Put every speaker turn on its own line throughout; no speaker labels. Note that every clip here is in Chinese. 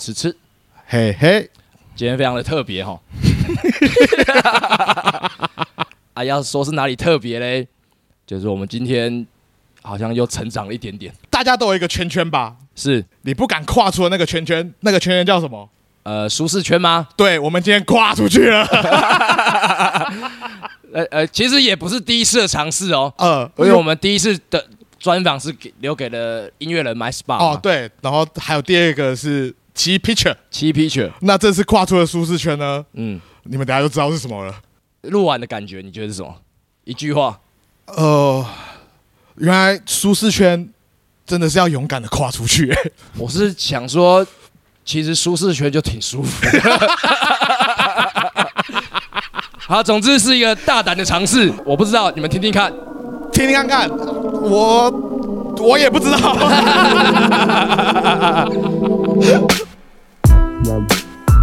吃吃，
嘿嘿，
今天非常的特别哈。啊，要说是哪里特别嘞？就是我们今天好像又成长了一点点，
大家都有一个圈圈吧？
是
你不敢跨出的那个圈圈，那个圈圈叫什么？
呃舒适圈吗？
对，我们今天跨出去了。
呃呃，其实也不是第一次的尝试哦，
呃，
因为我们第一次的专访是给留给了音乐人 My Spa
哦，对，然后还有第二个是骑 picture，
七 Picture，
那这次跨出的舒适圈呢？
嗯，
你们等下就知道是什么了。
录完的感觉你觉得是什么？一句话，
呃，原来舒适圈真的是要勇敢的跨出去。
我是想说，其实舒适圈就挺舒服 的。好，总之是一个大胆的尝试，我不知道你们听听看。
听听看看，我我也不知道。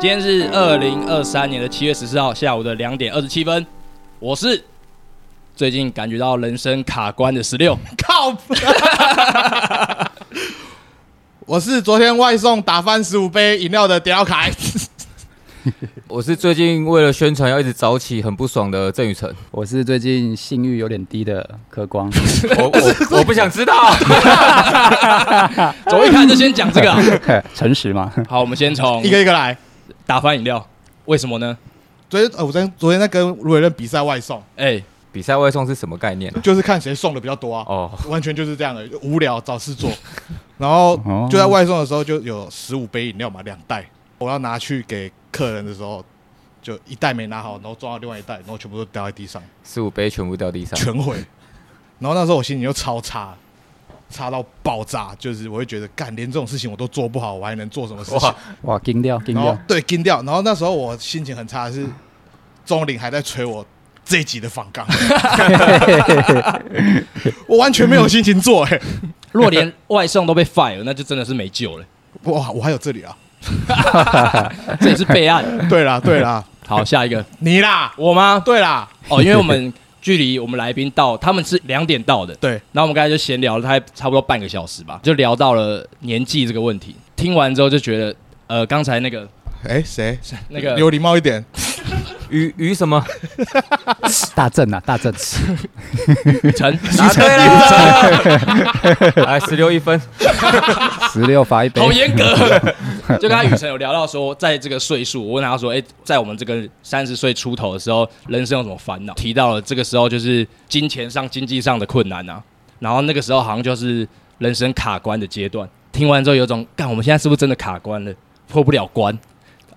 今天是二零二三年的七月十四号下午的两点二十七分，我是最近感觉到人生卡关的十六，
靠！ 我是昨天外送打翻十五杯饮料的迪奥凯。
我是最近为了宣传要一直早起，很不爽的郑宇 成。
我是最近性欲有点低的柯 光，
我我我不想知 道。
走一看就先讲这个啊。
诚实嘛，
好，我们先从
一个一个来。
打翻饮料，为什么呢？
昨天呃，我昨天昨天在跟卢伟任比赛外送，
哎、
比赛外送是什么概念？
就是看谁送的比较多啊。
哦，
完全就是这样的，无聊找事做。 然后就在外送的时候，就有十五杯饮料嘛，两袋。我要拿去给客人的时候，就一袋没拿好，然后装到另外一袋，然后全部都掉在地上，
十五杯全部掉地上。
全毁。然后那时候我心情就超差，差到爆炸，就是我会觉得，干连这种事情我都做不好，我还能做什么事情
哇？
哇，惊
哦
掉惊
然后
掉，
对，惊掉。然后那时候我心情很差的是，钟林还在催我这一集的访纲，我完全没有心情做、哎，
若连外送都被 fire，那就真的是没救了，
哇，我还有这里啊。
这也是备案。
对啦，对啦，
好，下一个
你啦，
我吗？
对啦，
哦，因为我们距离我们来宾到，他们是两点到的，
对，
然后我们刚才就闲聊了，大概差不多半个小时吧，就聊到了年纪这个问题。听完之后就觉得，呃，刚才那个
哎，谁？
那个
有礼貌一点，
鱼鱼什 么？
大正啊大正，
雨辰，
答对了。 来，十六一分。
十六罚一杯
好，严格。就刚才雨辰有聊到说，在这个岁数，我问他说，哎、在我们这个三十岁出头的时候，人生有什么烦恼？提到了这个时候就是金钱上、经济上的困难啊，然后那个时候好像就是人生卡关的阶段。听完之后有种，干，我们现在是不是真的卡关了，破不了关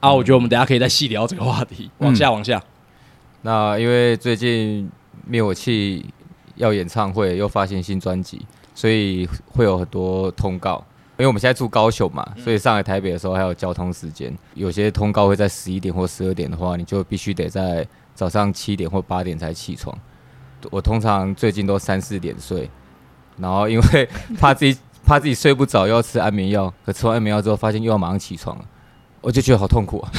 啊？我觉得我们等一下可以再细聊这个话题，往下往下。
那因为最近灭火器要演唱会，又发行新专辑，所以会有很多通告。因为我们现在住高雄嘛，所以上来台北的时候还有交通时间，有些通告会在十一点或十二点的话，你就必须得在早上七点或八点才起床。我通常最近都三四点睡，然后因为怕自己怕自己睡不着，又要吃安眠药，可吃完安眠药之后发现又要马上起床了，我就觉得好痛苦啊！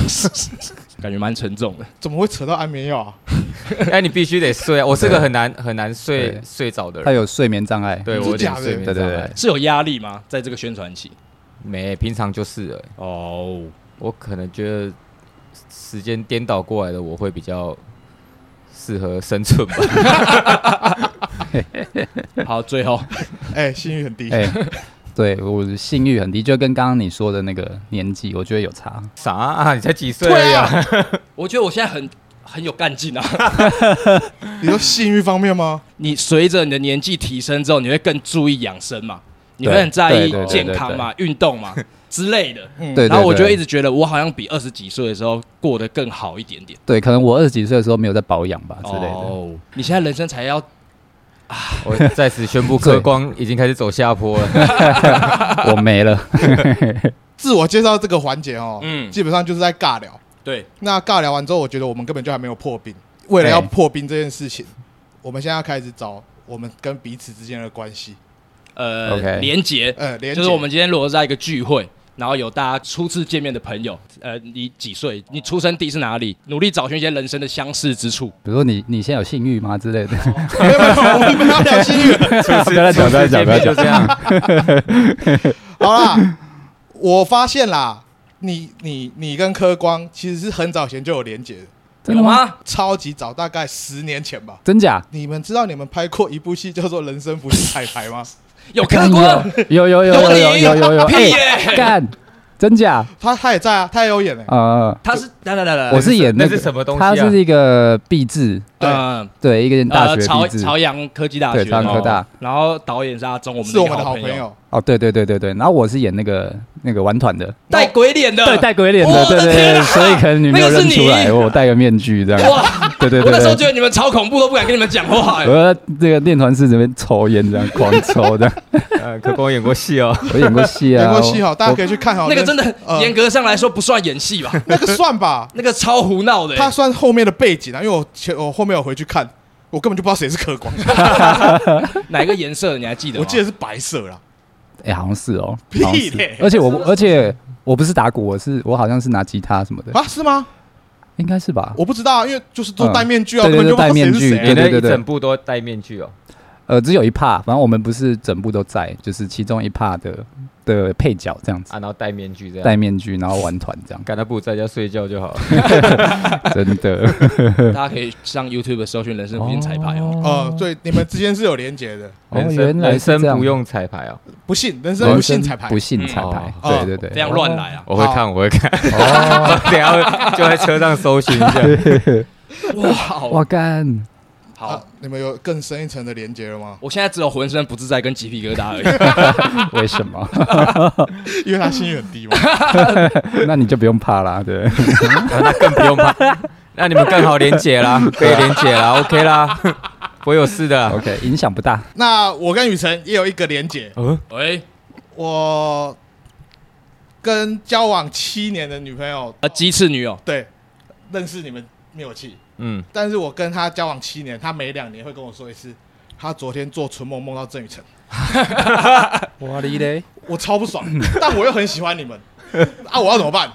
感觉蛮沉重的。
怎么会扯到安眠药啊？
哎，你必须得睡啊！我是个很难很难睡
对
睡着的
他
人，
有睡眠障碍，
对我有点睡眠障
对对
碍
对，，
是有压力吗？在这个宣传期？
没平常就是了。
哦，
我可能觉得时间颠倒过来的我会比较适合生存吧。
好，最后
哎，信誉很低。
哎，对我性欲很低，就跟刚刚你说的那个年纪，我觉得有差。
啥啊？你才几岁而已啊？
我觉得我现在很很有干劲啊！
你说性欲方面吗？
你随着你的年纪提升之后，你会更注意养生嘛？你会
对
很在
对
意
对对
健康嘛、运动 嘛之类的。
嗯
对，
然后我就一
直
直觉得我好像比二十几岁的时候过得更好一点点
对，可能我二十几岁的时候没有在保养吧之类的。
哦，你现在人生才要
我在此宣布，
对
科光已经开始走下坡了。
我 没了，
自我介绍这个环节哦，
嗯
基本上就是在尬聊。
对
那尬聊完之后，我觉得我们根本就还没有破冰。为了要破冰这件事情，我们现在要开始找我们跟彼此之间的关系。
呃
OK
连结，
呃，连
就是
结
我们今天如果在一个聚会，然后有大家初次见面的朋友，呃，你几岁？你出生地是哪里？努力找寻一些人生的相似之处。
比如说你你现在有性欲吗 之类的？
没有没有，我们不要聊性欲。
不要再讲，不要再讲，不要再
就
讲。
这 样。
好啦，我发现啦，你你你跟柯光其实是很早前就有连结的，
真的吗？
有？
超级早，大概十年前吧。
真假？
你们知道你们拍过一部戏叫做《人生不是彩排》吗？
有看过？
有有有有有有有有，
屁
哎，
耶！
干，真假？
他他也在啊，他也有演诶、
呃，
他是来来来来，
我是演那
那
个
是什么东西啊
他是一个毕制，
对
嗯
对，一个人大
呃
学
朝
毕制。
朝阳科技大学
对朝阳科大
哦然后导演是阿忠，我们
是
的
我
一
们
个
的好
好
朋
友，
友。
哦，对对对对对，然后我是演那个那个玩团的，
带鬼脸的，
对，带鬼脸的，
我
对
的
对
呃天
对，
啊
所以可能你没有
那个是
认出来，
你
我戴个面具这样。
哇！
对对
我那时候
对呃
觉
对，
得你们超恐怖，都不敢跟你们讲话。哎
我这个练团是这边抽烟这样狂抽这样，
呃，科光演过戏哦。
我演过戏啊，
演过戏哈，大家可
以
以去看哦。
那个真的
呃
严格上来说不算演戏吧？
那个算吧，
那个超胡闹的、
他
欸，
算后面的背景啊，因为我前我后面有回去看，我根本就不知道谁是柯光，
欸哪一个颜色的你还记得吗？
我记得是白色啦。
哎，好像是哦，
屁
好像是
嘞
而且我而且我不是打鼓，我是我好像是拿吉他什么的，
啊，是吗？
应该是吧？
我不知道啊，因为就是都戴面具啊，
嗯
根本就不知道
对
谁
对对
是谁
你
啊。
对
那一
对对对
整部都戴面具哦。
呃，只有一 part，反正我们不是整部都在，就是其中一 part 的的配角这样子，
啊，然后戴面具这样。，
戴面具然后玩团这样
干那不如在家睡觉就好了。
真的。
大家可以上 YouTube 搜寻“人生不尽彩排”哦。
呃，对，你们之间是有连结的，
哦
人
原
生
来
人
是这样
生不用彩排哦。
不信人生不信彩排
不。信彩排，
嗯
对对
这
对，
样乱来啊！
我会看，我会看。
哦，
等一下就在车上搜寻一下。
哦
哇，好
哇干，
啊
好，你
你们有更深一层的连结了吗？
我现在只有浑身不自在跟鸡皮疙瘩而已。
为什么？
因为他信誉很低嘛。
那你就不用怕啦，对，
啊那更不用怕，那你们更好连结 啦，可以连结啦，OK 啦， 不会有事的。
OK，影响不大。
那我跟雨辰也有一个连结，
喂，
我跟交往七年的女朋友，
呃，鸡翅女友，
对，认识你们灭气，
嗯，
但是我跟她交往七年，她每两年会跟我说一次，她昨天做春梦梦到郑雨辰，
哇哩嘞，
我超不 爽，但我又很喜欢你们，啊，我要怎么办？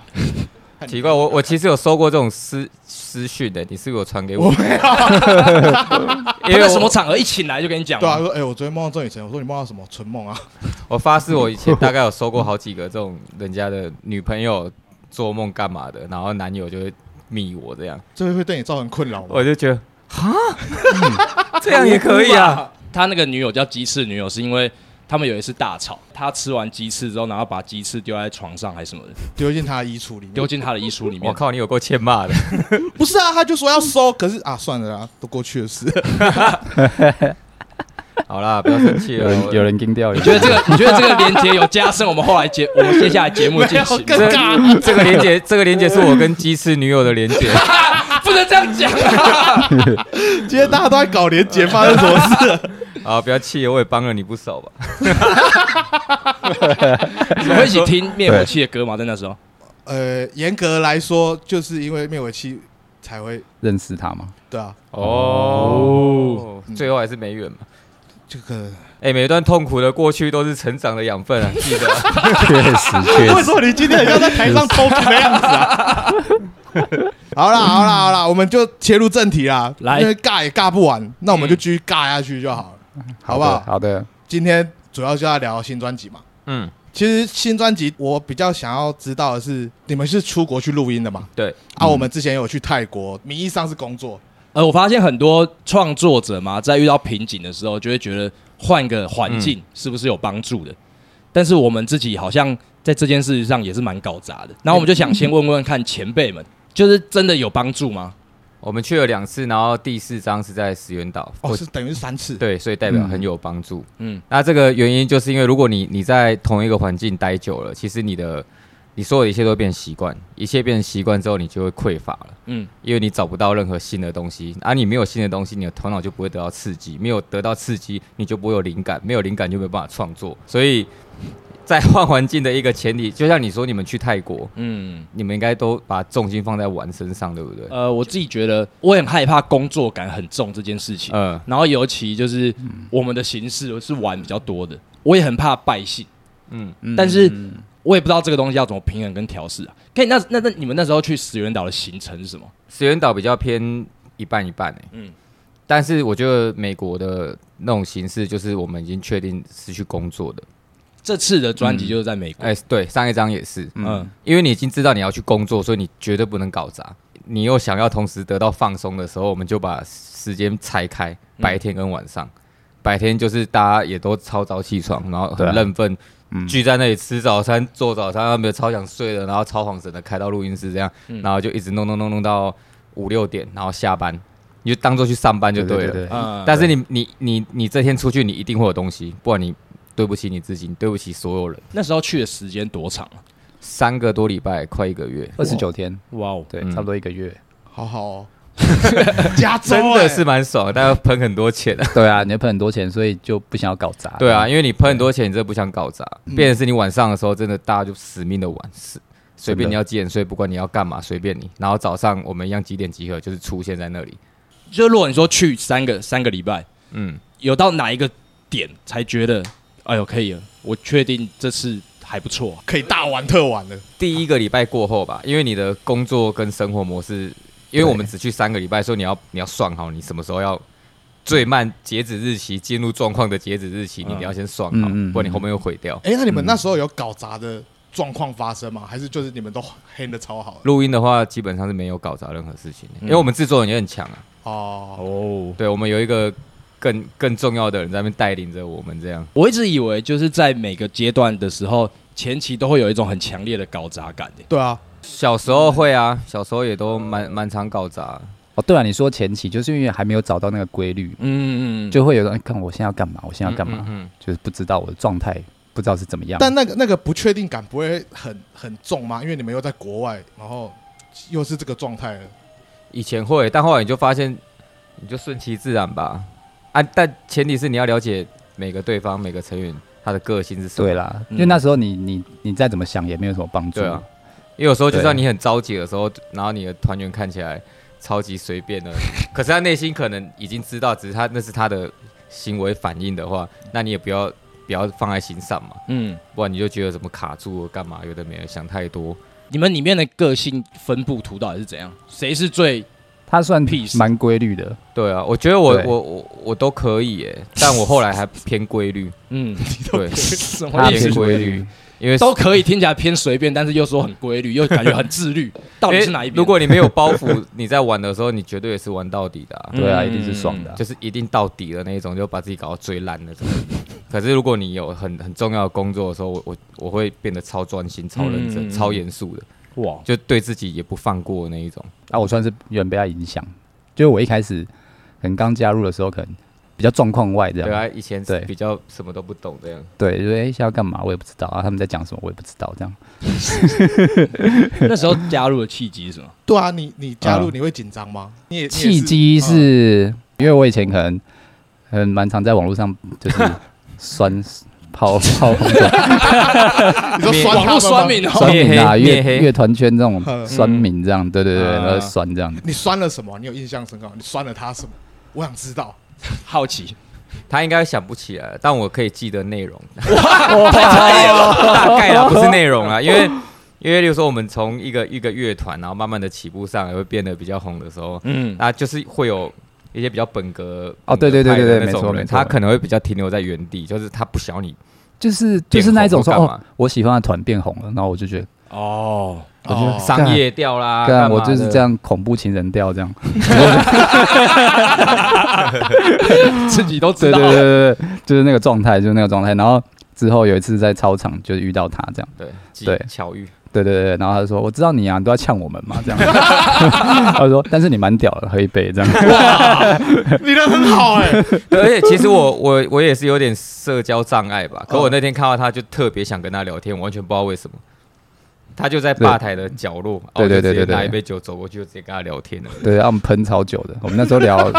奇怪，我我其实有收过这种私私讯的，你是不是有传给我？
哎
因
因
为
为
我
什么场合一起来就跟你讲
对啊，
嘛
她，说，哎、我昨天梦到郑雨辰，我说你梦到什么？春梦啊，
我发誓，我以前大概有收过好几个这种人家的女朋友做梦干嘛的，然后男友就会密我这样，
这会对你造成困扰吗？
我就觉得哈， 这样也可以啊。
他那个女友叫鸡翅女友，是因为他们有一次大吵，他吃完鸡翅之后，然后把鸡翅丢在床上还是什么的，
丢进她的衣橱里面
丢。进他的衣橱里
我
面。
靠，你有够欠骂的，
不是啊，她就说要收，可是啊，算了啦，都过去的事。
好啦，不要生气
有
了。
人有人盯掉，
你觉得这个？你觉得这个连接有加深我们后来节我们接下来节目的进行吗？
更尬。
这这个连接，这个连接是我跟鸡翅女友的连接。
不能这样讲啊！
今天大家都在搞连结，发生什么事？
啊，不要气我，我也帮了你不少吧。
你们会一起听灭火器的歌吗？在那时候，
呃，严格来说，就是因为灭火器才会
认识他吗？
对啊，
哦，最后还是没缘嘛。
这个
哎、每一段痛苦的过去都是成长的养分啊，记得啊
确 实确
为
实
什么你今天很像在台上抽筋的样子啊？ 好啦好啦好啦，我们就切入正题啦，
来
因为尬也尬不完，那我们就继续尬下去就好了，好不
的
好？
好的，
今天主要就要聊新专辑嘛。
嗯，
其实新专辑我比较想要知道的是，你们是出国去录音的嘛？
对，
啊，我们之前有去泰国，名义上是工作，
呃，我发现很多创作者嘛，在遇到瓶颈的时候，就会觉得换个环
嗯
境是不是有帮助的？但是我们自己好像在这件事上也是蛮搞砸的。然后我们就想先问问看前辈们，就是真的有帮助吗？
我们去了两次，然后第四张是在石原岛，
哦，
我
是等于是三次。
对，所以代表
嗯
很有帮助。
嗯，
那这个原因就是因为，如果你你在同一个环境待久了，其实你的你所有的一切都会变习惯，一切变成习惯之后，你就会匮乏了。
嗯，
因为你找不到任何新的东西，而、你没有新的东西，你的头脑就不会得到刺激，没有得到刺激，你就不会有灵感，没有灵感就没有办法创作。所以在换环境的一个前提，就像你说，你们去泰国，
嗯，
你们应该都把重心放在玩身上，对不对？
呃，我自己觉得我很害怕工作感很重这件事情。
嗯，
然后尤其就是我们的形式是玩比较多的，我也很怕败兴，
嗯
嗯，但是我也不知道这个东西要怎么平衡跟调试啊。可以，那那那你们那时候去石原岛的行程是什么？
石原岛比较偏一半一半诶、
嗯
嗯，但是我觉得美国的那种形式，就是我们已经确定是去工作的。
这次的专辑就是在美国，
哎、对，上一张也是，嗯，
嗯，
因为你已经知道你要去工作，所以你绝对不能搞砸。你又想要同时得到放松的时候，我们就把时间拆开，白天跟晚上。白天就是大家也都超早起床，然后
对
很
啊
认份，聚在那里吃早餐、做早餐，他们超想睡的，然后超晃神的开到录音室这样，然后就一直弄弄弄弄到五六点，然后下班，你就当做去上班就对了。
对啊对，
嗯
但是你你你你这天出去，你一定会有东西，不然你对不起你自己，你对不起所有人。
那时候去的时间多长啊？
三个多礼拜，快一个月，
二十九天，
哇哦，
对，
嗯
差不多一个月。
好好 哦，加州、欸、
真的是蛮爽的，但要喷很多钱 啊。
对啊，你要喷很多钱，所以就不想要搞砸。
对啊，，因为你喷很多钱，你真的不想搞砸，
嗯
变成是你晚上的时候，真的大家就死命的玩，死随便你要几点睡，不管你要干嘛，随便你。然后早上我们一样几点集合，就是出现在那里。
就如果你说去三个三个礼拜，
嗯，
有到哪一个点才觉得，哎呦可以了，我确定这次还不错啊、
可以大玩特玩的，
第一个礼拜过后吧，因为你的工作跟生活模式，因为我们只去三个礼拜，所以你要你要算好你什么时候要最慢截止日期进入状况的截止日期，你一定要先算好，
嗯嗯嗯
不然你后面又毁掉。
哎、那你们那时候有搞砸的状况发生吗？还是就是你们都 handle 得超好了？
录音的话，基本上是没有搞砸任何事情的，
嗯
因为我们制作人也很强啊。
哦，
哦，
对，我们有一个更更重要的人在那边带领着我们，这样
我一直以为就是在每个阶段的时候，前期都会有一种很强烈的搞砸感欸诶、
对啊，
小时候会啊，小时候也都蛮蛮常搞砸，
哦对啊，你说前期就是因为还没有找到那个规律，
嗯嗯嗯，
就会有人看我现在要干嘛，我现在要干嘛，
嗯，
就是不知道我的状态，不知道是怎么样。
但那个那个不确定感不会很很重吗？因为你们又在国外，然后又是这个状态了，
以前会，但后来你就发现，你就顺其自然吧。啊，但前提是你要了解每个对方每个成员他的个性是什么。
对
了，
啦，
嗯
因为那时候你你你再怎么想也没有什么帮助。
对啊，因为有时候就
对
算你很着急的时候，然后你的团员看起来超级随便的， 可是他内心可能已经知道，只是他那是他的行为反应的话，那你也不要不要放在心上嘛。
嗯，
不然你就觉得怎么卡住了，干嘛有的没的，想太多。
你们里面的个性分布图到底是怎样？谁是最
他算
Peace
蛮规律的，
对啊，我觉得我
对
我我我都可以耶，但我后来还偏 规律，
嗯
对，
什
他
么意思
偏
偏？
哦规
规
律
律，
因为
都可以听起来偏随便，但是又说很规律，又感觉很自律，到底是哪一
因
边？
为如果你没有包袱，你在玩的时候，你绝对也是玩到底的、啊，
嗯
对啊，一定是爽的啊、
就是一定到底的那一种，就把自己搞到最烂那种。可是如果你有很很重要的工作的时候，我我我会变得超专心、超认真、
嗯
超严肃的，
哇，
就对自己也不放过的那一种。
啊，我算是有点被他影响，就是我一开始可能刚加入的时候，可能比较状况外这样，
对啊，以前
对
比较什么都不懂这样。
对，就是哎、现在要干嘛我也不知道啊，他们在讲什么我也不知道这样。
那时候加入的契机是什么？
对啊，你你加入
嗯
你会紧张吗？你也你也
契机是、
嗯
因为我以前可能很蛮常在网络上就是 酸泡泡轰炸
嗯你说酸
网
他
络
们吗
酸民哦，
酸民
灭黑
啊，乐
灭黑啊
乐团圈这种
嗯
酸民这样，对对对，
嗯
然后酸这样。
你酸了什么？你有印象深刻吗？你酸了他什么？我想知道。
好奇，
他应该想不起来，但我可以记得内容。 大概啦，不是内容啦，因为因为，例如说我们从一个一个乐团，然后慢慢的起步上，也会变得比较红的时候，
嗯，
那就是会有一些比较本格嗯
哦对对对对
本格
对
派的那种
没错
人
没错
他可能会比较停留在原地，就是他不想要你
就是就是那一种说
变红或干
哦
嘛，
我喜欢的团变红了，然后我就觉得，
哦，
我觉得
哦
商业调啦，
对
干
啊，
嘛
我
的
就是这。样恐怖情人调这 样，
自己都知
对
道
对对对对，就是那个状态，就是那个状态。然后之后有一次在操场就遇到他这样，
对即
对
巧遇，
对对对，对然后他就说我知道你啊，你都要呛我们嘛 这样，他说但是你蛮屌的，喝一杯这样，
你人很好哎、
而且其实 我我我也是有点社交障碍
嗯
吧，可我那天看到他就特别想跟他聊天，我完全不知道为什么。他就在吧台的角落，啊
对
我就
对对
直接
对对
拿一杯酒走过去，就直接跟他聊天了。
对，让啊我们喷超久的，我们那时候聊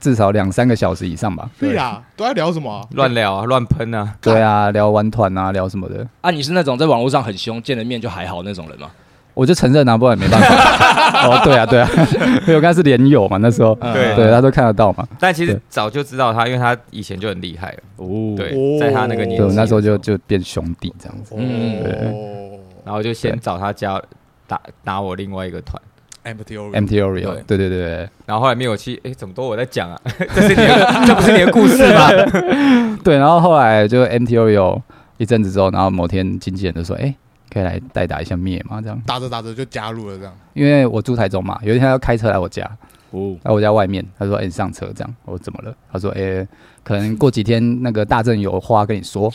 至少两三个小时以上吧，
对啦，都在聊什么啊、
乱聊啊，乱喷 啊，
对啊，聊玩团啊，聊什么的，
啊，你是那种在网络上很凶，见了面就还好那种人吗？
我就承认啊，不然也没办法。哦，对啊对啊， 因为我跟他是连友嘛，那时候，
对
对，他都看得到嘛。
但其实
对
早就知道他，因为他以前就很厉害了。
哦
对
哦，
在他那个年纪的时
对，
候，
我那时候就就变兄弟这样子。
嗯
哦
然后就先找他加打打我另外一个团，
，M T O
M T O R O，
对
对对对对
然后后来灭火器，哎，怎么都我在讲啊？ 这是你 的，这不是你的故事吗？
对，然后后来就 M T O R O 一阵子之后，然后某天经纪人就说：“哎、可以来代打一下灭嘛？”这样，
打着打着就加入了这样，
因为我住台中嘛，有一天他要开车来我家，
哦，
来我家外面，他说：“哎、你上车。”这样，我说怎么了？他说：“哎、可能过几天那个大正有话跟你 说。”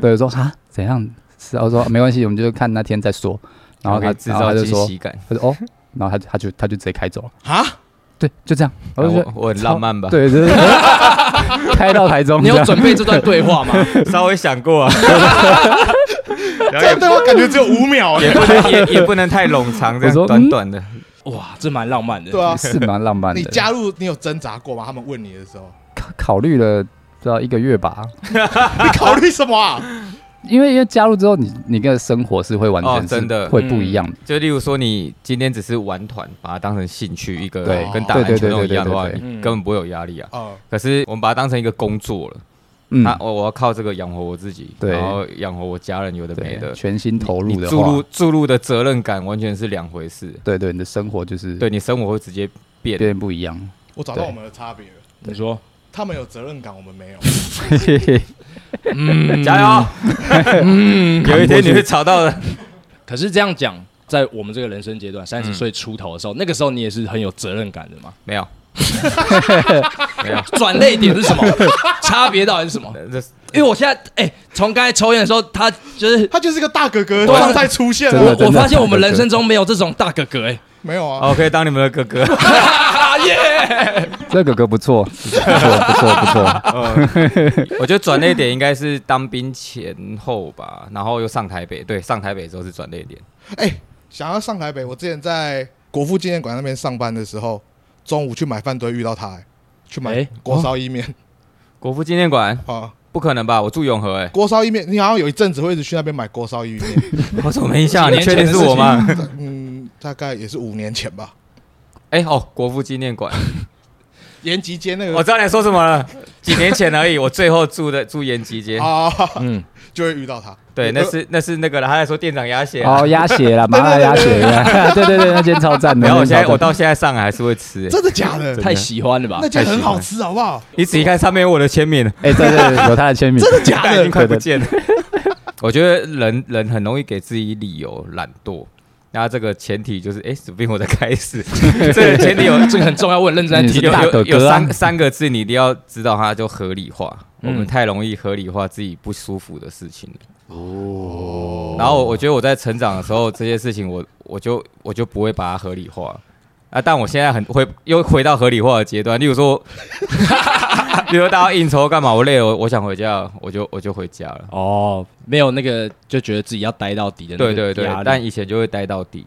对，我说：“哈，怎样？”是啊，我说：“没关系，我们就看那天再说。” 然后
可
他
以，制
然后
造
他就
惊
说
喜感，：“
他说哦。”然后他就他就他就直接开走了，
哈，
对，就这样。我就觉得
我我很浪漫吧？，
对，就是开到台中
你
这样。
有准备这段对话吗？
稍微想过啊，
这样对啊我感觉只有五秒哎、
也不能也也不能太冗长，这
我说
样
嗯
短短的。
哇，这蛮浪漫的。
对啊，
是蛮浪漫的。
你加入你有挣扎过吗？他们问你的时候，
考考虑了不知道一个月吧，
你考虑什么啊？
因为因为加入之后，你你跟生活是会完全
哦
是
真的
会不一样的。
就例如说，你今天只是玩团，把它当成兴趣，一个
对
跟打篮球
对对对
那种一样的话，
对对
你
对
根本不会有压力啊。
哦，
可是我们把它当成一个工作了，
嗯，
那哦我我要靠这个养活我自己，
对
然后养活我家人，有的没
对，
的，
全心投
你
入的
注入
话，嗯
注入的责任感完全是两回事，
对对，你的生活就是
对你生活会直接变。
变不一 样。
我找到
对
我们的差别了，
你说，
他们有责任感，我们没有。
嗯
加 油！ 有一天你会找到的。
可是这样讲，在我们这个人生阶段，三
嗯
十岁出头的时候，那个时候你也是很有责任感的嘛？
没有，
啊
转泪点是什么？ 差别到底是什么？
呃这是
因为我现在，哎，从刚才抽烟的时候，他就是
他就是个大哥哥
对啊
状态出现
真的
了，
真
我
的
发现我们人生中没有这种大哥哥哎、
没有啊？
哦，可以当你们的哥哥。
哈耶！
这个歌不错，不错，不错，不 错。
我觉得转捩点应该是当兵前后吧，然后又上台北，对，上台北之后是转捩点。
哎，想要上台北，我之前在国父纪念馆那边上班的时候，中午去买饭都会遇到他，哎去买
哎哦
锅烧意面
国父纪念馆
啊，
不可能吧？我住永和哎、
锅烧意面，你好像有一阵子会一直去那边买锅烧 意面，
我怎么没印象啊？
几
你
年
确定
前
是
的事
我吗？
嗯，大概也是五年前吧。
哎、哦，国父纪念馆，
延吉街那个
哦
我知道你在说什么了。几年前而已，我最后住的 住延吉街，
啊，
嗯，
就会遇到他。
对，那是那是那个了。他在说店长鸭血、啊，
哦，鸭血啦，麻辣鸭血啦， 对对对，那间超赞的。
然后我现在
那间超
我
赞
到现在上海还是会吃、哎
真的假 的？
太喜欢了吧
那？家很好吃，好不好？
你仔细看上面有我的签名，
哎，对对对，有他的签名，真的
大 家已经快不见了。 我觉得人人很容易给自己理由懒惰，那这个前提就是，哎、指不定我在开 始，这个前提有
这个很重要，我很认真在
你
听
是。
有
大
有
哥
有
哥啊
三三个字，你一定要知道，它就合理化。
嗯
我们太容易合理化自己不舒服的事情了。哦。然后我觉得我在成长的时候，这些事情我我就我就不会把它合理化。啊，但我现在很会又回到合理化的阶段，例如说， 例如说大家应酬干嘛，我累了，我我想回家，我就我就回家了。
哦，没有那个就觉得自己要待到底的那个
对对对
压，力
但以前就会待到底，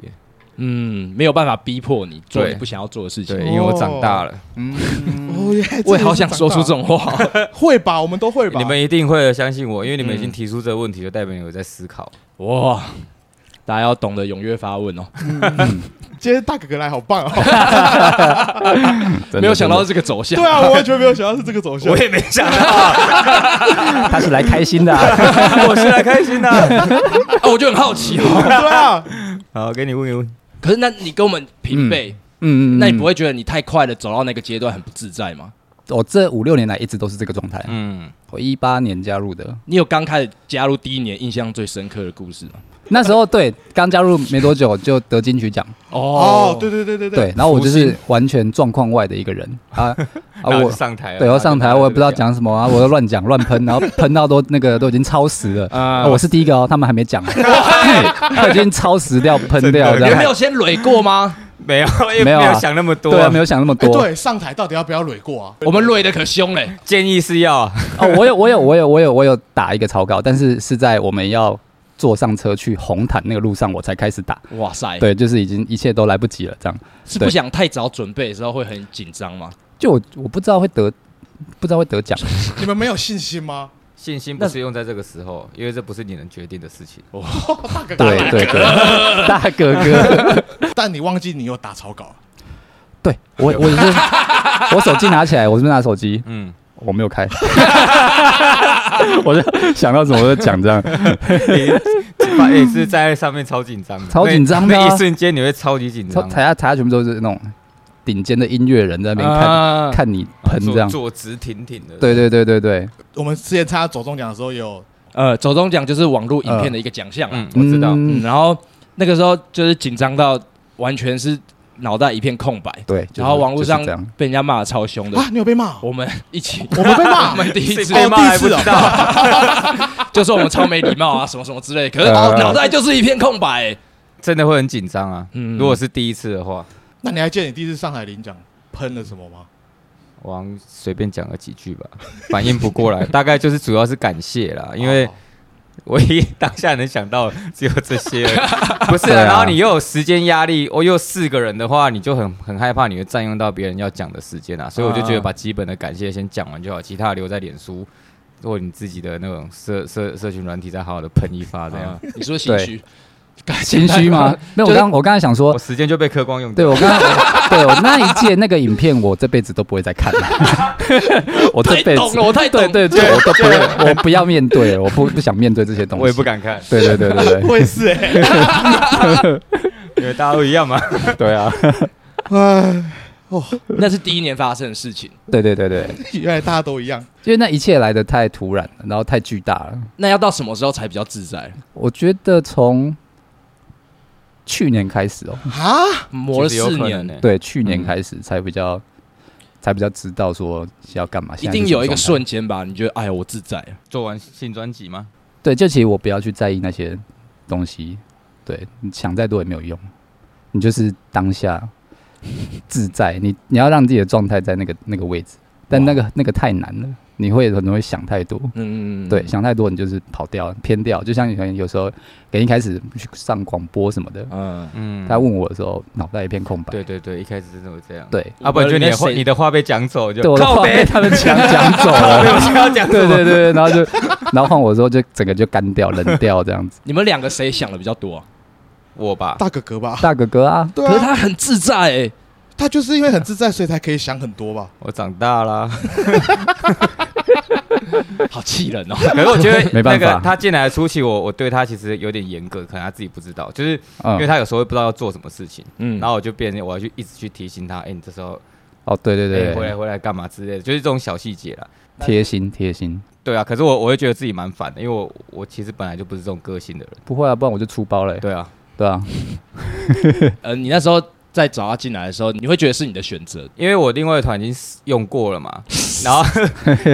嗯，没有办法逼迫你做
对
你不想要做的事
对，
情。
因为我长大
哦，
了，
原来
嗯我也好想说出这
真的
种话，
是长大，会吧？我们都会吧？
你们一定会的，相信我，因为你们已经
嗯
提出这个问题，就代表你有在思考。
哇！大家要懂得踊跃发问哦。
今天大哥哥来好棒哦！
真的
没有想到
真
是这个走向。
对啊，我完全没有想到是这个走向
我。也没想到，
的他是来开心的 啊、
我是来开心的。
啊，我就很好奇哦。
对啊，
好，给你问一问，
可是那你跟我们平辈，
嗯嗯，嗯
那你不？会觉得你太快的走到那个阶段很不自在吗？
我这五六年来一直都是这个状态啊、
嗯，
我一八年加入的，
你有刚开始加入第一年印象最深刻的故事 吗？
那时候对刚加入没多久就得金曲奖，
哦，对对对对
对，，然后我就是完全状况外的一个人啊啊
然后
我
就。上台了，
对，我上台，我也不知道
然后就拿了
讲什么啊，我都乱讲乱喷，然后喷到都那个都已经超时 了。啊我是第一个哦，他们还没讲，他已经超时掉喷掉
真
这
的
你没
样。
有先蕊过吗？
这个没有，也
没
没
有啊
有想那么多
对啊，
啊，
没有想那么
哎
多。
对，上台到底要不要蕊过啊？
我们蕊的可凶嘞，
建议是要啊
哦，我有，我有，我有，我有，我有打一个草稿，但是是在我们要坐上车去红毯那个路上，我才开始打。
哇塞，
对，就是已经一切都来不及了，这样。
是
对
不想太早准备的时候会很紧张吗？
就我我不知道会得，不知道会得奖。
你们没有信心吗？
信心不是用在这个时候，因为这不是你能决定的事情。
对对对， 大哥哥，
但你忘记你有打草稿，
对我我是我手机拿起来，我是不是拿手机？
嗯，
我没有开，我就想到什么就讲这样，
也也是在上面超紧张的，
超紧张的啊
那那一瞬间你会超级紧
超
张，
台下台下全部都是那种顶尖的音乐人在那边看、
啊
看你喷这
坐
样。
坐直挺挺哦的。
对对对对对，
我们之前参加走中奖的时候有，
呃，走中奖就是网络影片的一个奖项啊
嗯，我知道。
嗯，
嗯
然后那个时候就是紧张到完全是脑袋一片空白，
对，就是
然后网络上
就是这样
被人家骂的超凶的
啊，。你有被骂？
我们一起，
我们 被
我
骂，
们第一次
自己被骂还不知道，
就说我们超没礼貌啊，什么什么之类的，可是哦
呃
脑袋就是一片空白、
真的会很紧张啊。
嗯
如果是第一次的话，
那你还记得你第一次上台领奖喷了什么吗？
我好像随便讲了几句吧， 反应不过来，大概就是主要是感谢啦，因为
哦
唯一当下能想到只有这些了，不是
对啊
啊。然后你又有时间压力，哦，又四个人的话，你就很很害怕，你会占用到别人要讲的时间啊。所以我就觉得把基本的感谢先讲完就好，其他的留在脸书或你自己的那种社社社群软体，再好好的喷一发这样
啊。，你说心虚，
心虚 吗？没有，我刚我刚才想说
我，时间就被刻光用
对
掉。
我刚才对我那一届那个影片，我这辈子都不会再看了。 我这辈
太懂
子
了，我太懂
对
了。
对对，我都不会，我不要面对，我不不想面对这些东西。
我也不。敢看，
对对对对对
我也是哎，
因为大家都一样嘛。
对啊！
那是第一年发生的事情。
对对对对，
原来大家都一样。
因为那一切来的太突然了，然后太巨大了。
那要到什么时候才比较自在？
我觉得从去年开始哦，
啊
磨了
其实有
四
可
年
能，欸
对，去
嗯
年开始才比较、才比较知道说要干嘛。
一
现在是
定有一个
什么状
瞬
态
间吧？你觉得，哎呀，我自在了。
做完新专辑吗？
对，就其实我不要去在意那些东西，对你想再多也没有用，你就是当下自在，你你要让自己的状态在那个那个位置，但那个那个太难了，你会很容易想太多。
嗯，
对，想太多你就是跑掉、偏掉，就像你可能有时候，可能一开始去上广播什么的，
嗯，
嗯
他问我的时候，脑袋一片空白。
对对对，一开始真的会这样。，
对，
啊，不然就你的话
我以为你在
你的话被讲走，就
对，我的
靠
话被
背，
他 们抢讲走
靠背，我
了。
想要讲什
对
么？
对对，然后就，然后换我之后就整个就干掉、冷掉 这样子。
你们两个谁想的比较多啊？
我 吧，
大哥哥吧，
大哥哥啊，
对
可是
啊，
他很自在欸，
他就是因为很自在，所以才可以想很多吧。
我长大啦。
好气人哦。
可是我觉 得
没办法
那个他进来的初期，我我对他其实有点严格，可能他自己不知道，就是因为
嗯，
他有时候会不知道要做什么事情，
嗯
然后我就变成我要去一直去提醒他，哎，你这时候
哦，对对
哎回来
对，
回来干嘛之类的，就是这种小细节啦。
贴心贴心，
对啊，可是我我会觉得自己蛮烦的，因为我我其实本来就不是这种个性的人。
不会啊，不然我就出包了欸。
对啊，
对啊，
呃，你那时候在找他进来的时候，你会觉得是你的选择，
因为我另外一团已经用过了嘛， 然后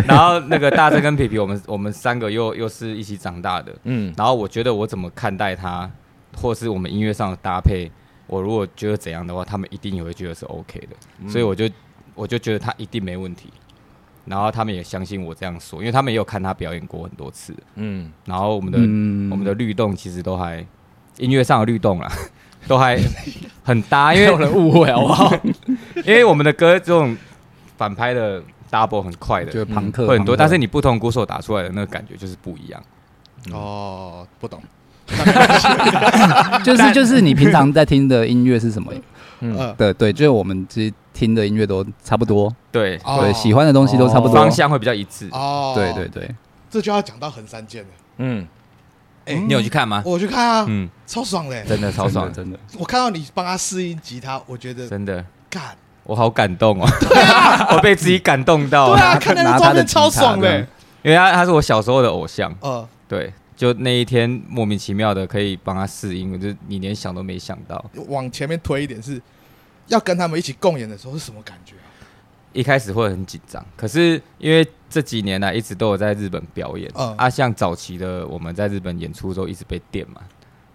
然后那个大正跟皮皮，我们我们三个又又是一起长大的，
嗯，
然后我觉得我怎么看待他，或是我们音乐上的搭配，我如果觉得怎样的话，他们一定也会觉得是 OK 的，所以我就我就觉得他一定没问题，然后他们也相信我这样说，因为他们也有看他表演过很多次，
嗯，
然后我们的、
嗯，
我们的律动其实都还音乐上的律动啦，都还很搭，因
没
为
有人误会好不好？
因为我们的歌这种反拍的 double 很快
就是
的，
朋克
会很多，
朋
但
克
是你不同鼓手打出来的那个感觉就是不一样。
哦，不懂，
就是就是你平常在听的音乐是什么？
嗯，
对对，就是我们其实听的音乐都差不多，
对，
哦
对，喜欢的东西都差不多。
方向会比较一致。
哦，
嗯对对，对，
这就要讲到横山健了。
嗯，
哎
你有去看吗？
我去看啊，
嗯，
超爽嘞！
真的超爽，
真的。真的
我看到你帮他试音吉他，我觉得
真的，
干，
我好感动哦。 我被自己感动到
啊对
啊，
啊，看那
哦拿
个
他
照
的
片
吉
超
他
爽
这
嘞
样。
因为他他是我小时候的偶像。
呃，
对，就那一天莫名其妙的可以帮他试音，我就你连想都没想到。
往前面推一点是，要跟他们一起共演的时候是什么感觉啊？
一开始会很紧张，可是因为这几年啊来一直都有在日本表演、
嗯
啊，像早期的我们在日本演出的时候一直被电嘛，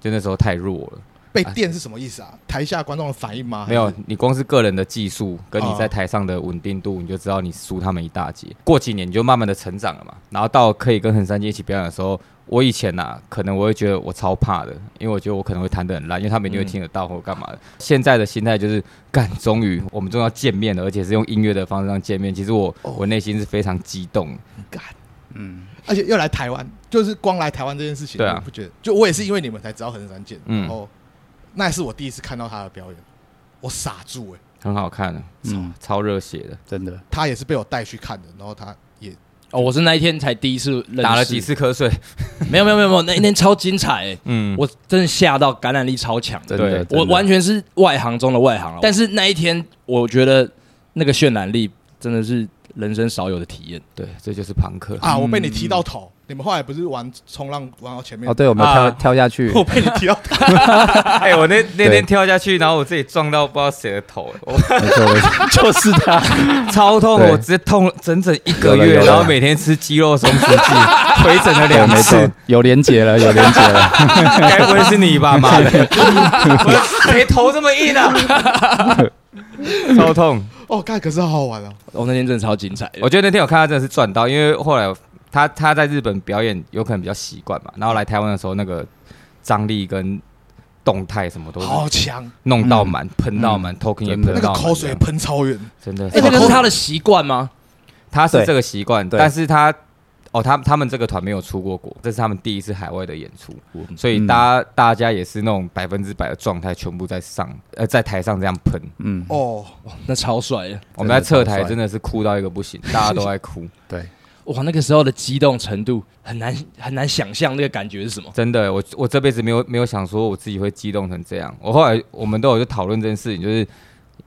就那时候太弱了，
被电是什么意思啊？台下观众的反应吗？
没有
还是，
你光是个人的技术跟你
哦
在台上的稳定度，你就知道你输他们一大截。过几年你就慢慢的成长了嘛，然后到可以跟横山健一起表演的时候，我以前呐、啊可能我会觉得我超怕的，因为我觉得我可能会弹得很烂，因为他们一定会听得到或干嘛的。现在的心态就是，干，终于我们终于要见面了，而且是用音乐的方式上见面。其实我、
哦
我内心是非常激动的。
嗯，
而且又来台湾，就是光来台湾这件事情，
对啊
我不觉得。就我也是因为你们才知道横山健，
嗯
然后那也是我第一次看到他的表演，我傻住哎、
很好看，
嗯
超热血的，
真的，
他也是被我带去看的，然后他也
哦，我是那一天才第一次认识
打了几，次瞌睡，
没有没有没有没有，那一天超精彩、欸，
嗯，
我真的吓到，感染力超强的，哦
真
对
的，真
我
的
完全是外行中的外行了。啊但是那一天，我觉得那个渲染力真的是人生少有的体验。
对，这就是朋克
啊，我被你踢到头。你们后来不是玩冲浪玩到前面？
嗯哦，对，我们跳
啊
跳下去，
我被你踢到头，
哎、我那那
对
天跳下去，然后我自己撞到不知道谁的头，我
没错没错，
就是他，
超痛，
对
我直接痛了整整一个
有了有
月，
了
然后每天吃鸡肉松弛剂， 回诊了
对，
两
没
次
错，，有连结了，有连结了。
该不会是你吧， 妈的，我谁头这么硬啊？ 超痛！
哦，看可是好好玩哦。
哦，那天真的超精彩的。
我觉得那天我看他真的是赚到，因为后来他他在日本表演有可能比较习惯嘛，然后来台湾的时候那个张力跟动态什么
哦
都是
好强，
弄到
嗯
满，喷到满，token 也
真的
喷
那
到
个
满，
口水喷超
嗯
远，
真的
哎、，这个是他的习惯吗？
他是
对
这个习惯，
对
但是他哦，他他们这个团没有出过国，这是他们第一次海外的演出，
嗯
所以大家大家也是那种百分之百的状态，全部在上呃在台上这样喷。
嗯，
哦，
那超帅的，
我们在侧
超
台
帅
真的是哭到一个不行，大家都在哭，
对，
哇，那个时候的激动程度很难很难想象那个感觉是什么。
真的，我我这辈子没有没有想说我自己会激动成这样。我后来我们都有就讨论这件事情，就是